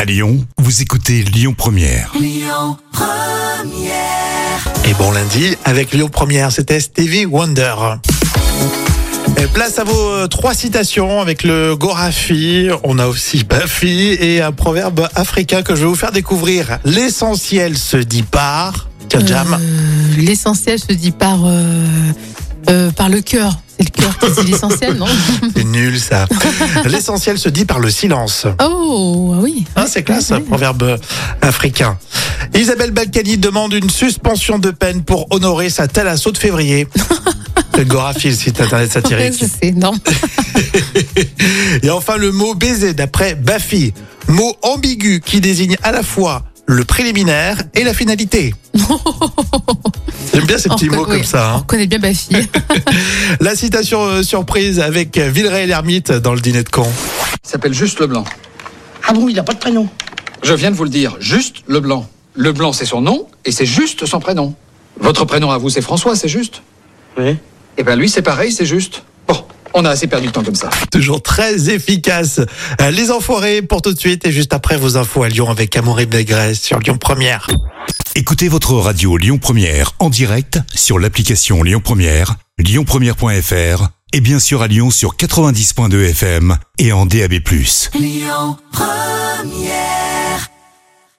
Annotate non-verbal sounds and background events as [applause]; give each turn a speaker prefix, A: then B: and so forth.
A: À Lyon, vous écoutez Lyon Première.
B: Et bon lundi avec Lyon Première, c'était Stevie Wonder. Et Place à vos euh, trois citations avec le Gorafi, on a aussi Bafi et un proverbe africain que je vais vous faire découvrir. L'essentiel se dit par... Tiens, Jam.
C: Euh, l'essentiel se dit par, euh, euh, par le cœur. C'est le cœur qui dit l'essentiel, non
B: C'est nul ça. L'essentiel se dit par le silence.
C: Oh, ah oui.
B: Hein, c'est classe, un proverbe africain. Isabelle Balkany demande une suspension de peine pour honorer sa thalasso de
C: [laughs]
B: février. C'est le Gorafi, le site internet
C: Ouais,
B: satirique.
C: ça, c'est énorme.
B: Et enfin, le mot baiser d'après Baffy. Mot ambigu qui désigne à la fois le préliminaire et la
C: [laughs]
B: finalité. J'aime bien ces petits
C: Enfin,
B: mots
C: oui,
B: comme ça.
C: On
B: hein.
C: connaît bien ma fille.
B: La citation euh, surprise avec Villeray l'ermite dans le dîner de con.
D: Il s'appelle Juste Leblanc.
E: Ah bon, il n'a pas de prénom.
D: Je viens de vous le dire, Juste Leblanc. Leblanc, c'est son nom, et c'est juste son prénom. Votre prénom à vous, c'est François, c'est juste
E: Oui.
D: Eh ben lui, c'est pareil, c'est juste. Bon, on a assez perdu le temps comme ça.
B: Toujours très efficace. Euh, Les enfoirés pour tout de suite et juste après vos infos à Lyon avec Amaury Begrès sur Lyon Première.
A: Écoutez votre radio Lyon Première en direct sur l'application Lyon Première, lyonpremière.fr et bien sûr à Lyon sur 90.2 FM et en DAB+.